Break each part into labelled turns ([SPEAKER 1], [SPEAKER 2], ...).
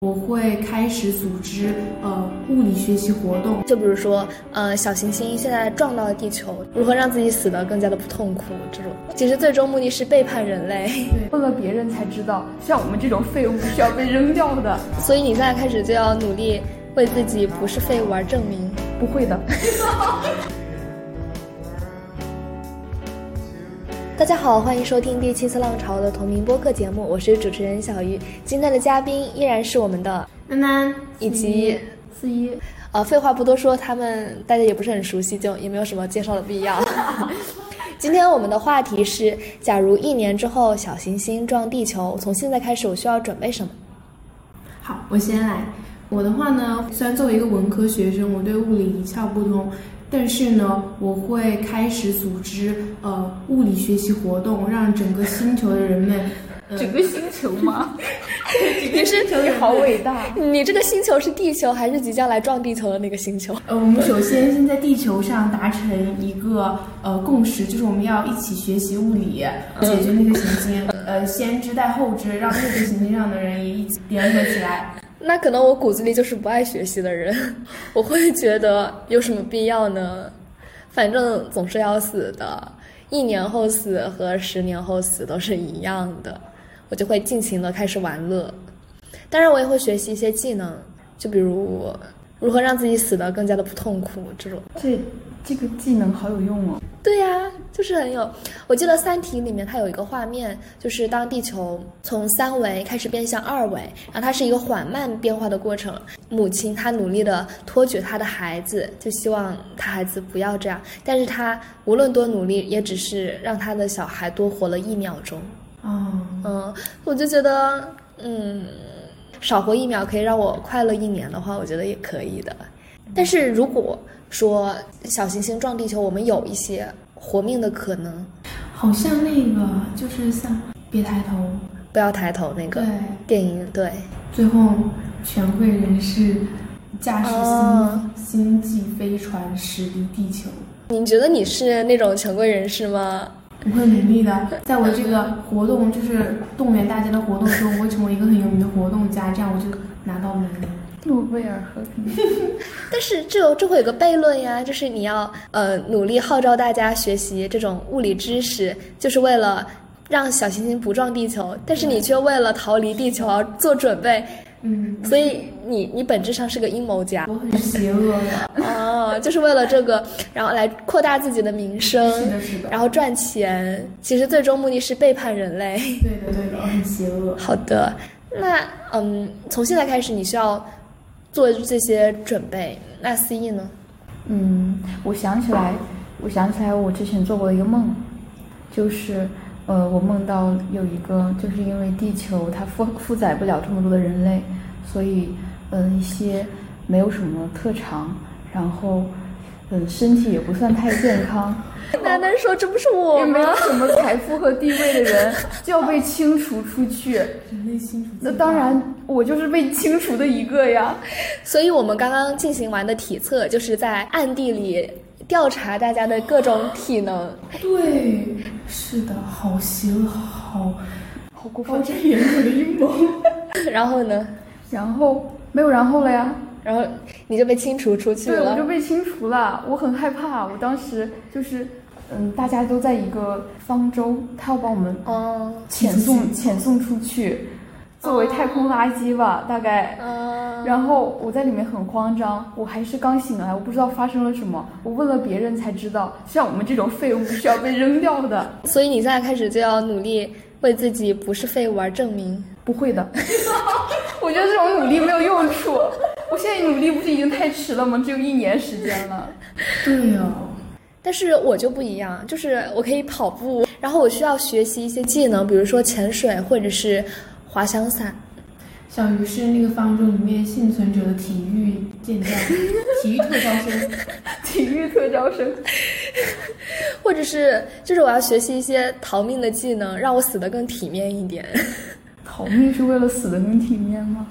[SPEAKER 1] 我会开始组织呃物理学习活动，
[SPEAKER 2] 就比如说，呃，小行星现在撞到了地球，如何让自己死得更加的不痛苦？这种其实最终目的是背叛人类。
[SPEAKER 1] 对，
[SPEAKER 3] 问问别人才知道，像我们这种废物是要被扔掉的。
[SPEAKER 2] 所以你现在开始就要努力为自己不是废物而证明。
[SPEAKER 3] 不会的。
[SPEAKER 2] 大家好，欢迎收听第七次浪潮的同名播客节目，我是主持人小鱼。今天的嘉宾依然是我们的
[SPEAKER 1] 囡囡
[SPEAKER 2] 以及
[SPEAKER 1] 四一，
[SPEAKER 2] 呃，废话不多说，他们大家也不是很熟悉，就也没有什么介绍的必要。 今天我们的话题是：假如一年之后小行星撞地球，从现在开始我需要准备什么？
[SPEAKER 1] 好，我先来。我的话呢，虽然作为一个文科学生，我对物理一窍不通，但是呢，我会开始组织呃物理学习活动，让整个星球的人们， 呃、
[SPEAKER 3] 整个星球吗？
[SPEAKER 2] 你是
[SPEAKER 3] 你好伟大！
[SPEAKER 2] 你这个星球是地球，还是即将来撞地球的那个星球？
[SPEAKER 1] 呃，我们首先先在地球上达成一个呃共识，就是我们要一起学习物理，解决那个行星，呃，先知带后知，让那个行星上的人也一起联合起来。
[SPEAKER 2] 那可能我骨子里就是不爱学习的人， 我会觉得有什么必要呢？反正总是要死的，一年后死和十年后死都是一样的，我就会尽情的开始玩乐。当然，我也会学习一些技能，就比如如何让自己死得更加的不痛苦这种。
[SPEAKER 3] 这这个技能好有用哦。
[SPEAKER 2] 对呀、就是很有。我记得《三体》里面它有一个画面，就是当地球从三维开始变向二维，然后它是一个缓慢变化的过程。母亲她努力的托举她的孩子，就希望她孩子不要这样，但是她无论多努力，也只是让她的小孩多活了一秒钟。
[SPEAKER 1] 哦，
[SPEAKER 2] 嗯，我就觉得，嗯，少活一秒可以让我快乐一年的话，我觉得也可以的。但是如果说小行星撞地球，我们有一些活命的可能，
[SPEAKER 1] 好像那个就是像别抬头，
[SPEAKER 2] 不要抬头那个
[SPEAKER 1] 对，
[SPEAKER 2] 电影，对，
[SPEAKER 1] 最后全会人士驾驶星、
[SPEAKER 2] 哦
[SPEAKER 1] 星际飞船驶离地球。
[SPEAKER 2] 你觉得你是那种权贵人士吗？
[SPEAKER 1] 我会努力的，在我这个活动就是动员大家的活动中，我会成为一个很有名的活动家，这样我就拿到名了。
[SPEAKER 3] 诺贝尔和平。
[SPEAKER 2] 但是这有这会有个悖论呀，就是你要呃努力号召大家学习这种物理知识，就是为了让小行星不撞地球，但是你却为了逃离地球而做准备，
[SPEAKER 1] 嗯，
[SPEAKER 2] 所以你你本质上是个阴谋家
[SPEAKER 1] 我很邪恶的。
[SPEAKER 2] 哦，就是为了这个，然后来扩大自己的名
[SPEAKER 1] 是
[SPEAKER 2] 声，
[SPEAKER 1] 的，是的，
[SPEAKER 2] 然后赚钱，其实最终目的是背叛人类。
[SPEAKER 1] 对的，对的，我很邪恶。
[SPEAKER 2] 好的，那嗯，从现在开始你需要做这些准备。那思义呢？
[SPEAKER 3] 嗯，我想起来，我想起来，我之前做过一个梦，就是呃，我梦到有一个，就是因为地球它负负载不了这么多的人类，所以嗯、一些没有什么特长，然后嗯、身体也不算太健 康，
[SPEAKER 2] 楠楠说：“这不是我
[SPEAKER 3] 也没
[SPEAKER 2] 吗
[SPEAKER 3] 有什么财富和地位的 人，就要被清除出去。
[SPEAKER 1] 人类清楚自己
[SPEAKER 3] 那当然，我就是被清除的一个呀。？”
[SPEAKER 2] 嗯所以我们刚刚进行完的体测，就是在暗地里调查大家的各种体能。
[SPEAKER 1] 对，是的，好邪恶，好
[SPEAKER 3] 好过
[SPEAKER 1] 高
[SPEAKER 3] 分。
[SPEAKER 1] 瞻远瞩的阴谋。
[SPEAKER 2] 然后呢？
[SPEAKER 3] 然后没有然后了呀。
[SPEAKER 2] 然后你就被清除出去
[SPEAKER 3] 对，我
[SPEAKER 2] 了
[SPEAKER 3] 就。被清除了，我很害怕。我当时就是，嗯，大家都在一个方舟，他要把我们
[SPEAKER 2] 哦，
[SPEAKER 3] 遣送遣送出去，作为太空垃圾吧，大概。
[SPEAKER 2] 哦嗯，
[SPEAKER 3] 然后我在里面很慌张，我还是刚醒来，我不知道发生了什么，我问了别人才知道，像我们这种废物是要被扔掉的。
[SPEAKER 2] 所以你现在开始就要努力为自己不是废物而证明。
[SPEAKER 3] 不会 的，我觉得这种努力没有用处。我现在努力不是已经太迟了吗？只有一年时间了。
[SPEAKER 1] 对哦，
[SPEAKER 2] 但是我就不一样，就是我可以跑步，然后我需要学习一些技能，比如说潜水或者是滑翔伞。
[SPEAKER 1] 小鱼是那个方舟里面幸存者的体育健将，体育特招生。
[SPEAKER 3] 体育特招生，
[SPEAKER 2] 或者是就是我要学习一些逃命的技能，让我死得更体面一点。
[SPEAKER 3] 逃命是为了死的更体面吗？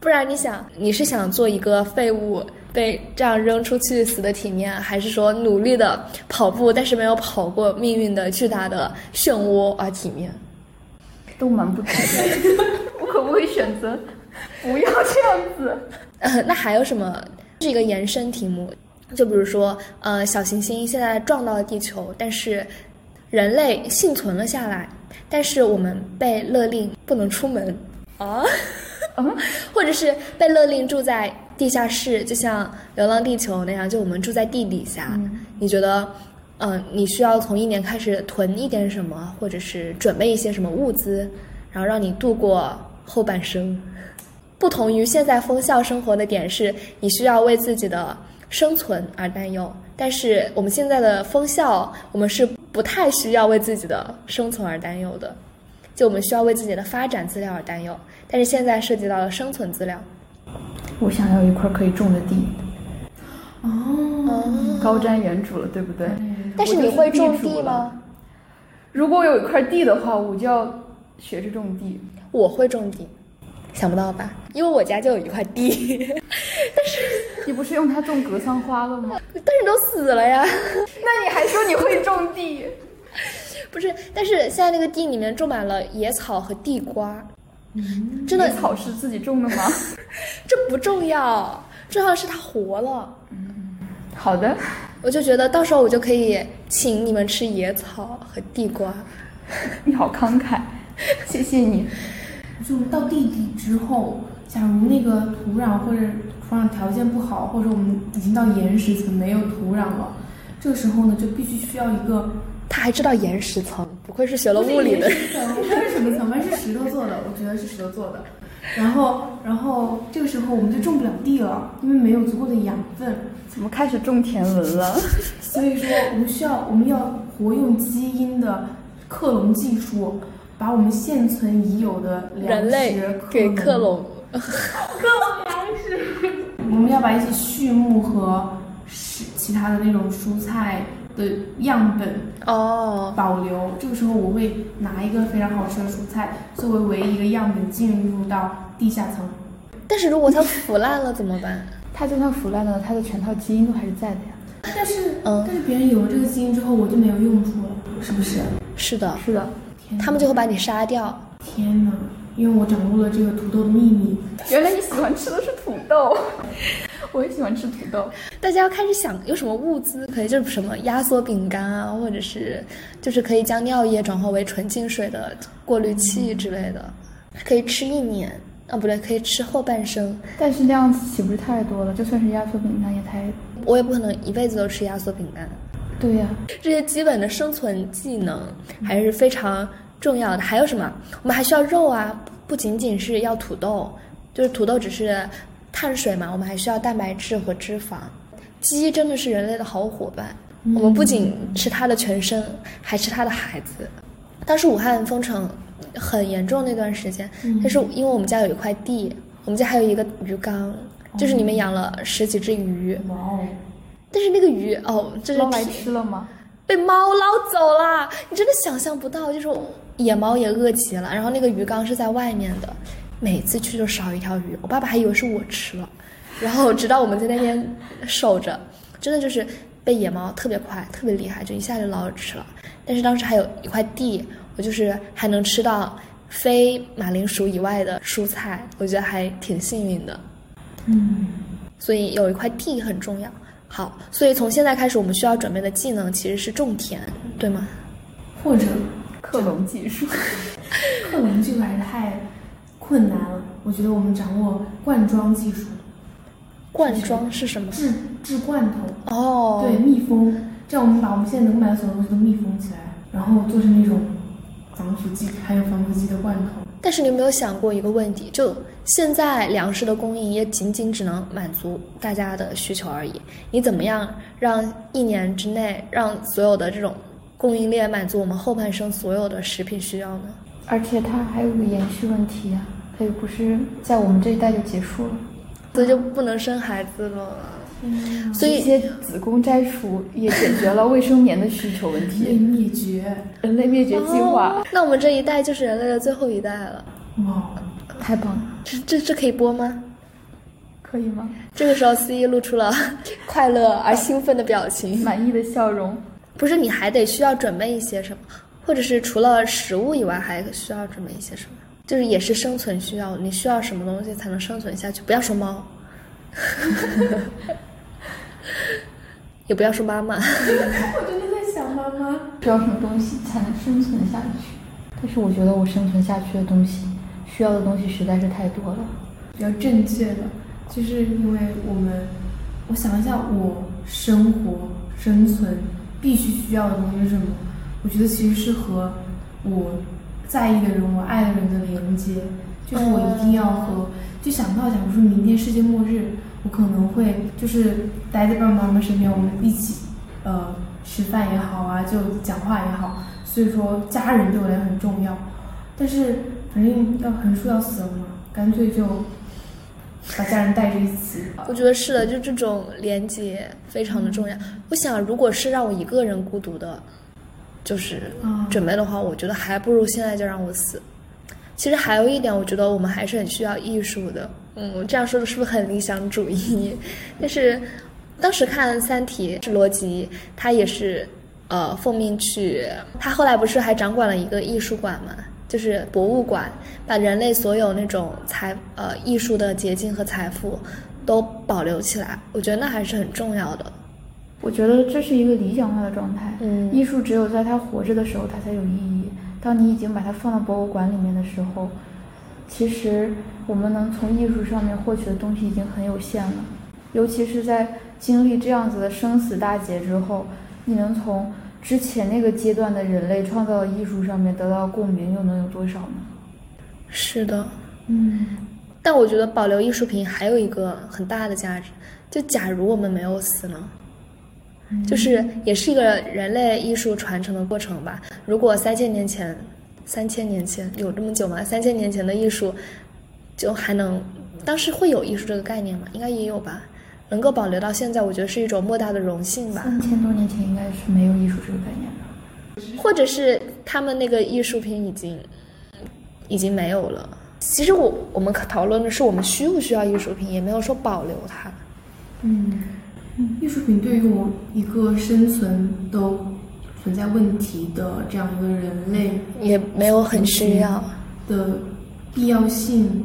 [SPEAKER 2] 不然你想，你是想做一个废物被这样扔出去死的体面，还是说努力的跑步，但是没有跑过命运的巨大的漩涡而体面？
[SPEAKER 3] 都蛮不体面的。我可不可以选择不要这样子。
[SPEAKER 2] 呃， 那还有什么是一个延伸题目？就比如说，呃，小行星现在撞到了地球，但是人类幸存了下来，但是我们被勒令不能出门啊，
[SPEAKER 3] 嗯，
[SPEAKER 2] 或者是被勒令住在地下室，就像《流浪地球》那样，就我们住在地底下。
[SPEAKER 3] 嗯
[SPEAKER 2] 你觉得，嗯、你需要从一年开始囤一点什么，或者是准备一些什么物资，然后让你度过后半生。不同于现在封校生活的点是，你需要为自己的生存而担忧。但是我们现在的封校，我们是不太需要为自己的生存而担忧的，就我们需要为自己的发展资料而担忧。但是现在涉及到了生存资料，
[SPEAKER 3] 我想要一块可以种的地，
[SPEAKER 1] 哦，
[SPEAKER 3] 高瞻远瞩了，对不对？
[SPEAKER 1] 哎
[SPEAKER 2] 但是
[SPEAKER 3] 我
[SPEAKER 2] 你
[SPEAKER 3] 就是
[SPEAKER 2] 会
[SPEAKER 3] 地
[SPEAKER 2] 种
[SPEAKER 3] 主
[SPEAKER 2] 地
[SPEAKER 3] 了
[SPEAKER 2] 吗？
[SPEAKER 3] 如果我有一块地的话，我就要学着种地。
[SPEAKER 2] 我会种地，想不到吧？因为我家就有一块 地，
[SPEAKER 3] 你不是用它种格桑花了吗？
[SPEAKER 2] 但是都死了呀。
[SPEAKER 3] 那你还说你会种地？
[SPEAKER 2] 不是，但是现在那个地里面种满了野草和地瓜，真的
[SPEAKER 3] 野草是自己种的吗？
[SPEAKER 2] 这不重要，重要是它活了。
[SPEAKER 3] 好的，
[SPEAKER 2] 我就觉得到时候我就可以请你们吃野草和地瓜。
[SPEAKER 3] 你好慷慨，谢谢你。
[SPEAKER 1] 就到地底之后，假如那个土壤或者土壤条件不好，或者我们已经到岩石层没有土壤了，这个时候呢，就必须需要一个
[SPEAKER 2] 他还知道岩石层，不愧是学了物理的
[SPEAKER 1] 不是。岩石层，不知道是什么层，反正是石头做的，我觉得是石头做的。然后，然后这个时候我们就种不了地了，因为没有足够的养分，
[SPEAKER 3] 怎么开始种田文了？
[SPEAKER 1] 所以说我们需要我们要活用基因的克隆技术，把我们现存已有的粮
[SPEAKER 2] 人类
[SPEAKER 1] 食
[SPEAKER 2] 给克隆，
[SPEAKER 1] 我们要把一些畜牧和是其他的那种蔬菜的样本
[SPEAKER 2] 哦，
[SPEAKER 1] 保留。这个时候我会拿一个非常好吃的蔬菜作为唯一一个样本进入到地下层。
[SPEAKER 2] 但是如果它腐烂了怎么办？
[SPEAKER 3] 它就算腐烂了，它的全套基因都还是在的呀。
[SPEAKER 1] 但是，
[SPEAKER 2] 嗯
[SPEAKER 1] 但是别人有了这个基因之后，我就没有用处了，是不是？
[SPEAKER 2] 是的，
[SPEAKER 3] 是的，
[SPEAKER 1] 天哪
[SPEAKER 2] 他们就会把你杀掉。
[SPEAKER 1] 天哪！因为我掌握了这个土豆的秘密，
[SPEAKER 3] 原来你喜欢吃的是土豆， 我也喜欢吃土豆。
[SPEAKER 2] 大家要开始想有什么物资可以，就是什么压缩饼干啊，或者是就是可以将尿液转化为纯净水的过滤
[SPEAKER 1] 嗯
[SPEAKER 2] 器之类的，可以吃一年啊，不对，可以吃后半生。
[SPEAKER 3] 但是那样子岂不是太多了？就算是压缩饼干也太……
[SPEAKER 2] 我也不可能一辈子都吃压缩饼干，
[SPEAKER 3] 对呀、
[SPEAKER 2] 这些基本的生存技能还是非常重要的。还有什么？我们还需要肉啊，不仅仅是要土豆，就是土豆只是碳水嘛，我们还需要蛋白质和脂肪。鸡真的是人类的好伙伴，我们不仅吃它的全身，还吃它的孩子。当时武汉封城很严重那段时间，但是因为我们家有一块地，我们家还有一个鱼缸，就是里面养了十几只鱼。
[SPEAKER 1] 哇哦！
[SPEAKER 2] 但是那个鱼哦，这是
[SPEAKER 3] 捞来
[SPEAKER 2] 题
[SPEAKER 3] 吃了吗？
[SPEAKER 2] 被猫捞走了，你真的想象不到，就是野猫也饿极了，然后那个鱼缸是在外面的，每次去就少一条鱼，我爸爸还以为是我吃了，然后直到我们在那边守着，真的就是被野猫特别快，特别厉害，就一下就捞着吃了。但是当时还有一块地，我就是还能吃到非马铃薯以外的蔬菜，我觉得还挺幸运的。
[SPEAKER 1] 嗯
[SPEAKER 2] 所以有一块地很重要。好，所以从现在开始，我们需要准备的技能其实是种田，对吗？
[SPEAKER 1] 或者
[SPEAKER 3] 克隆 技术，
[SPEAKER 1] 克隆这个还是太困难了，我觉得我们掌握灌装技术，
[SPEAKER 2] 灌装是什么？
[SPEAKER 1] 制制罐头，
[SPEAKER 2] 哦，
[SPEAKER 1] 对，，密封，这样我们把我们现在能买的所有东西都密封起来，然后做成那种防腐剂含有防腐剂的罐头。
[SPEAKER 2] 但是你有没有想过一个问题？就现在粮食的供应也仅仅只能满足大家的需求而已。你怎么样让一年之内让所有的这种供应链满足我们后半生所有的食品需要呢？
[SPEAKER 3] 而且它还有个延续问题啊，它也不是在我们这一代就结束了。
[SPEAKER 2] 所以就不能生孩子了。所
[SPEAKER 3] 一
[SPEAKER 2] 以
[SPEAKER 3] 些子宫摘除也解决了卫生棉的需求问
[SPEAKER 1] 被
[SPEAKER 3] 题，
[SPEAKER 1] 灭绝，
[SPEAKER 3] 人类灭绝计划、
[SPEAKER 2] 哦那我们这一代就是人类的最后一代了。
[SPEAKER 1] 哇！
[SPEAKER 3] 太棒了，
[SPEAKER 2] 这这这可以播吗？
[SPEAKER 3] 可以吗？
[SPEAKER 2] 这个时候，司仪露出了 快乐而兴奋的表情。
[SPEAKER 3] 满意的笑容，
[SPEAKER 2] 不是，你还得需要准备一些什么，或者是除了食物以外，还需要准备一些什么？就是也是生存需要，你需要什么东西才能生存下去？不要说猫， 也不要说妈妈。
[SPEAKER 1] 我真的在想妈妈。
[SPEAKER 3] 需要什么东西才能生存下去？但是我觉得我生存下去的东西，需要的东西实在是太多了。
[SPEAKER 1] 比较正确的，就是因为我们，我想一下，我生活生存必须需要的东西是什么？我觉得其实是和我在意的人、我爱的人的连接，就是我一定要和，就想到，假如说明天世界末日，我可能会就是待在爸爸妈妈身边，我们一起，呃，吃饭也好啊，就讲话也好，所以说家人对我来说很重要。但是反正要横竖要死了嘛，干脆就把家人带着一起。
[SPEAKER 2] 我觉得是的，就这种连接非常的重要。我想，如果是让我一个人孤独的，就是
[SPEAKER 1] 嗯
[SPEAKER 2] 准备的话，我觉得还不如现在就让我死。其实还有一点，我觉得我们还是很需要艺术的。嗯，我这样说的是不是很理想主义？但是当时看《三体》是罗辑，他也是呃奉命去，他后来不是还掌管了一个艺术馆嘛，就是博物馆，把人类所有那种财呃艺术的结晶和财富都保留起来，我觉得那还是很重要的。
[SPEAKER 3] 我觉得这是一个理想化的状态。
[SPEAKER 2] 嗯
[SPEAKER 3] 艺术只有在它活着的时候，它才有意义。当你已经把它放到博物馆里面的时候，其实我们能从艺术上面获取的东西已经很有限了。尤其是在经历这样子的生死大劫之后，你能从之前那个阶段的人类创造的艺术上面得到共鸣，又能有多少呢？
[SPEAKER 2] 是的，
[SPEAKER 1] 嗯，
[SPEAKER 2] 但我觉得保留艺术品还有一个很大的价值，就假如我们没有死呢？就是也是一个人类艺术传承的过程吧。如果三千年前，三千年前有这么久吗？三千年前的艺术，就还能，当时会有艺术这个概念吗？应该也有吧。能够保留到现在，我觉得是一种莫大的荣幸吧。
[SPEAKER 3] 三千多年前应该是没有艺术这个概念的。
[SPEAKER 2] 或者是他们那个艺术品已经已经没有了。其实我我们可讨论的是我们需不需要艺术品，也没有说保留它。
[SPEAKER 1] 嗯，艺术品对于我一个生存都存在问题的这样一个人类
[SPEAKER 2] 也没有很需要。
[SPEAKER 1] 的必要性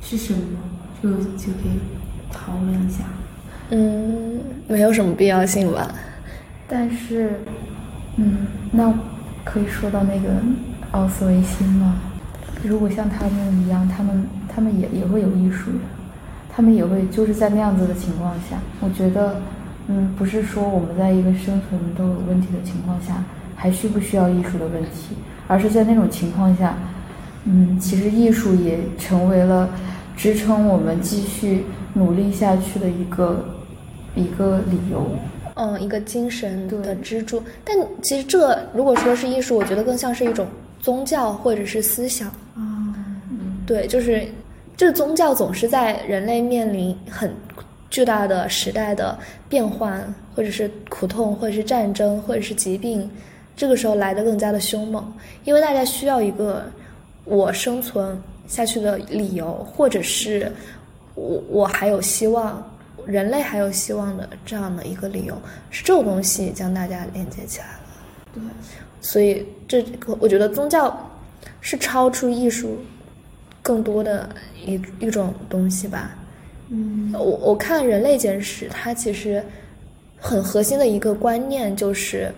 [SPEAKER 1] 是什么？这个就可以讨论一下。
[SPEAKER 2] 嗯，没有什么必要性吧。
[SPEAKER 3] 但是，嗯，那可以说到那个奥斯维辛吗？如果像他们一样，他们他们也也会有艺术的，他们也会就是在那样子的情况下，我觉得，嗯，不是说我们在一个生存都有问题的情况下，还需不需要艺术的问题，而是在那种情况下，嗯，其实艺术也成为了支撑我们继续努力下去的一个一个理由。
[SPEAKER 2] 嗯，一个精神的
[SPEAKER 3] 对
[SPEAKER 2] 支柱。但其实这如果说是艺术，我觉得更像是一种宗教或者是思想。
[SPEAKER 1] 啊，
[SPEAKER 2] 对，就是这宗教总是在人类面临很巨大的时代的变换，或者是苦痛，或者是战争，或者是疾病，这个时候来的更加的凶猛，因为大家需要一个我生存下去的理由，或者是我我还有希望。人类还有希望的这样的一个理由，是这种东西将大家连接起来了。
[SPEAKER 1] 对，
[SPEAKER 2] 所以这个我觉得宗教是超出艺术更多的一一种东西吧。
[SPEAKER 1] 嗯
[SPEAKER 2] 我我看《人类简史》，它其实很核心的一个观念就是，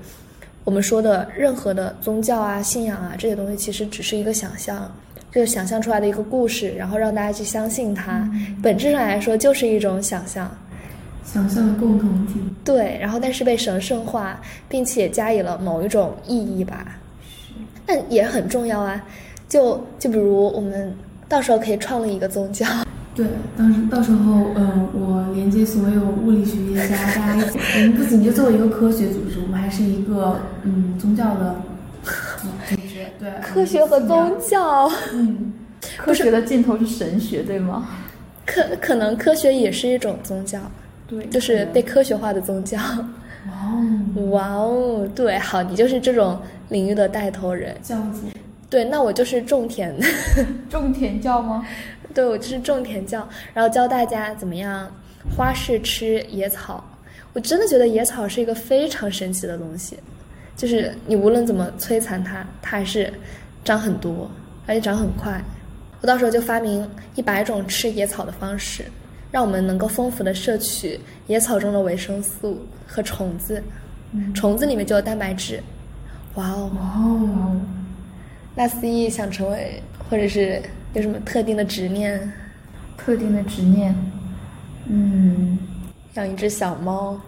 [SPEAKER 2] 我们说的任何的宗教啊、信仰啊这些东西，其实只是一个想象，就是想象出来的一个故事，然后让大家去相信它。本质上来说，就是一种想象。
[SPEAKER 1] 想象的共同体。
[SPEAKER 2] 对，然后但是被神圣化，并且加以了某一种意义吧，那也很重要啊。就就比如我们到时候可以创立一个宗教，
[SPEAKER 1] 对，当时到时候，嗯，我连接所有物理学家，大家一起，我们不仅就作为一个科学组织，我们还是一个嗯宗教的组组织。对，
[SPEAKER 2] 科学和 宗教，
[SPEAKER 1] 嗯，
[SPEAKER 3] 科学的尽头是神学，对吗？
[SPEAKER 2] 可可能科学也是一种宗教，
[SPEAKER 3] 对
[SPEAKER 2] 就是被科学化的宗教。
[SPEAKER 1] 哇哦，
[SPEAKER 2] 哇哦，对，好，你就是这种领域的带头人。
[SPEAKER 1] 教主，
[SPEAKER 2] 对，那我就是种田，
[SPEAKER 3] 种田教吗？
[SPEAKER 2] 对我就是种田教，然后教大家怎么样花式吃野草。我真的觉得野草是一个非常神奇的东西，就是你无论怎么摧残它，它还是长很多，而且长很快。我到时候就发明一百种吃野草的方式，让我们能够丰富的摄取野草中的维生素和虫子， 虫子里面就有蛋白质。嗯哇哦！
[SPEAKER 1] 哦，
[SPEAKER 2] 那思义想成为，或者是有什么特定的执念？
[SPEAKER 3] 特定的执念，嗯，
[SPEAKER 2] 养一只小猫。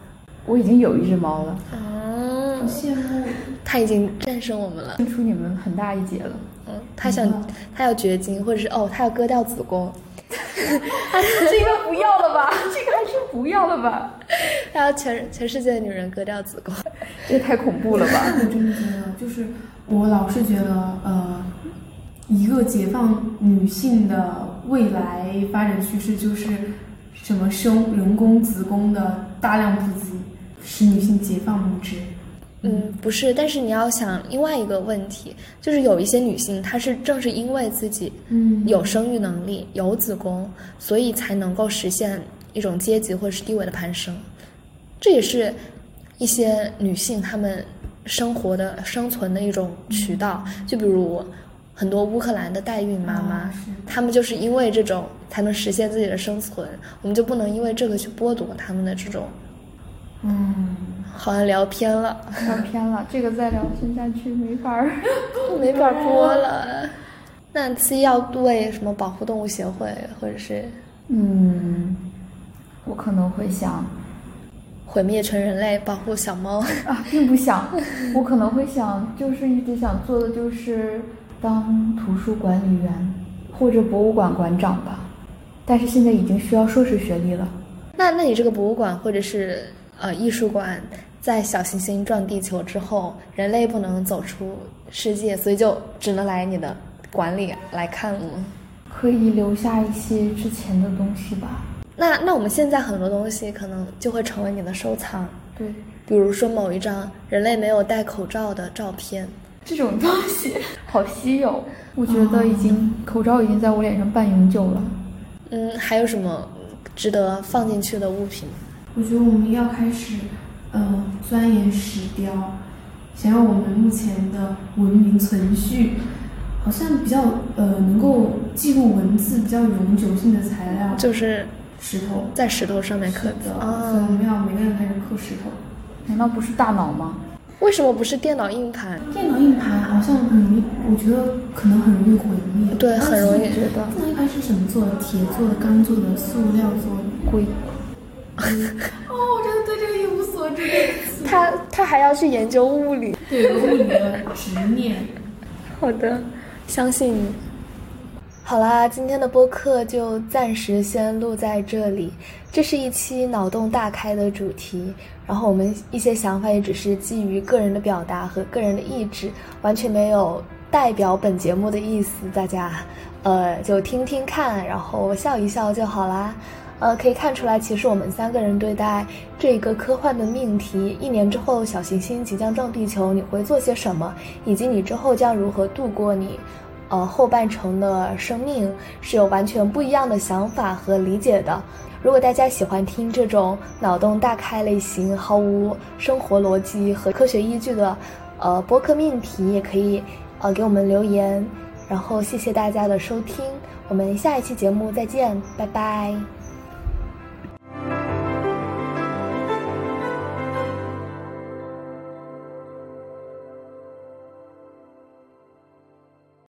[SPEAKER 3] 我已经有一只猫了，
[SPEAKER 2] 哦
[SPEAKER 1] 好，羡慕。
[SPEAKER 2] 它已经战胜我们了。
[SPEAKER 3] 啊清出你们很大一截了。
[SPEAKER 2] 嗯，它想，它要绝经，或者是哦，它要割掉子宫，
[SPEAKER 3] 这个不要了吧， 这个还是不要了吧，
[SPEAKER 2] 它要全全世界的女人割掉子宫。
[SPEAKER 3] 这太恐怖了吧。
[SPEAKER 1] 我真的觉得，就是我老是觉得，呃，一个解放女性的未来发展趋势就是什么生人工子宫的大量普及，使女性解放无知。
[SPEAKER 2] 嗯，不是，但是你要想另外一个问题，就是有一些女性，她是正是因为自己
[SPEAKER 1] 嗯
[SPEAKER 2] 有生育能力、有子宫，所以才能够实现一种阶级或者是地位的攀升。这也是一些女性她们生活的生存的一种渠
[SPEAKER 1] 嗯
[SPEAKER 2] 道。就比如很多乌克兰的代孕妈妈
[SPEAKER 1] 啊是，
[SPEAKER 2] 她们就是因为这种才能实现自己的生存，我们就不能因为这个去剥夺她们的这种。
[SPEAKER 1] 嗯，
[SPEAKER 2] 好像聊偏了，
[SPEAKER 3] 聊偏了，这个再聊深下去没法儿。
[SPEAKER 2] 没法播了。那次要对什么保护动物协会或者是
[SPEAKER 3] 嗯，我可能会想
[SPEAKER 2] 毁灭全人类、保护小猫？
[SPEAKER 3] 啊，并不想，我可能会想，就是一直想做的就是当图书管理员或者博物馆馆长吧，但是现在已经需要硕士学历了。
[SPEAKER 2] 那那你这个博物馆或者是呃艺术馆，在小行星撞地球之后，人类不能走出世界，所以就只能来你的馆里来看我们。
[SPEAKER 3] 可以留下一些之前的东西吧。
[SPEAKER 2] 那那我们现在很多东西可能就会成为你的收藏，
[SPEAKER 3] 对，
[SPEAKER 2] 比如说某一张人类没有戴口罩的照片。
[SPEAKER 3] 这种东西好稀有，我觉得已经、口罩已经在我脸上半永久了。
[SPEAKER 2] 嗯，还有什么值得放进去的物品吗？
[SPEAKER 1] 我觉得我们要开始，呃，钻研石雕，想要我们目前的文明存续，好像比较呃能够记录文字比较永久性的材料，
[SPEAKER 2] 就是
[SPEAKER 1] 石头。
[SPEAKER 2] 在石头上面刻
[SPEAKER 1] 是
[SPEAKER 2] 字
[SPEAKER 1] 的，
[SPEAKER 2] 啊
[SPEAKER 1] 哦
[SPEAKER 3] 哦
[SPEAKER 1] 所以我们要每个人开始刻石头。
[SPEAKER 3] 难道不是大脑吗？
[SPEAKER 2] 为什么不是电脑硬盘？
[SPEAKER 1] 电脑硬盘好像很容易，我觉得可能很容易毁灭。
[SPEAKER 2] 对很容易
[SPEAKER 3] 嗯我觉得
[SPEAKER 1] 电脑硬盘是什么做的？铁做的、钢做的、塑料做的？
[SPEAKER 3] 鬼
[SPEAKER 1] 哦，我真的对这个一无所知。
[SPEAKER 2] 他他还要去研究物理。
[SPEAKER 1] 对，有你的执念。
[SPEAKER 2] 好的，相信你。好啦，今天的播客就暂时先录在这里。这是一期脑洞大开的主题，然后我们一些想法也只是基于个人的表达和个人的意志，完全没有代表本节目的意思。大家，呃，就听听看，然后笑一笑就好啦。呃，可以看出来，其实我们三个人对待这个科幻的命题，一年之后小行星即将撞地球，你会做些什么，以及你之后将如何度过你，呃后半程的生命，是有完全不一样的想法和理解的。如果大家喜欢听这种脑洞大开类型、毫无生活逻辑和科学依据的，呃播客命题，也可以呃给我们留言。然后谢谢大家的收听，我们下一期节目再见，拜拜。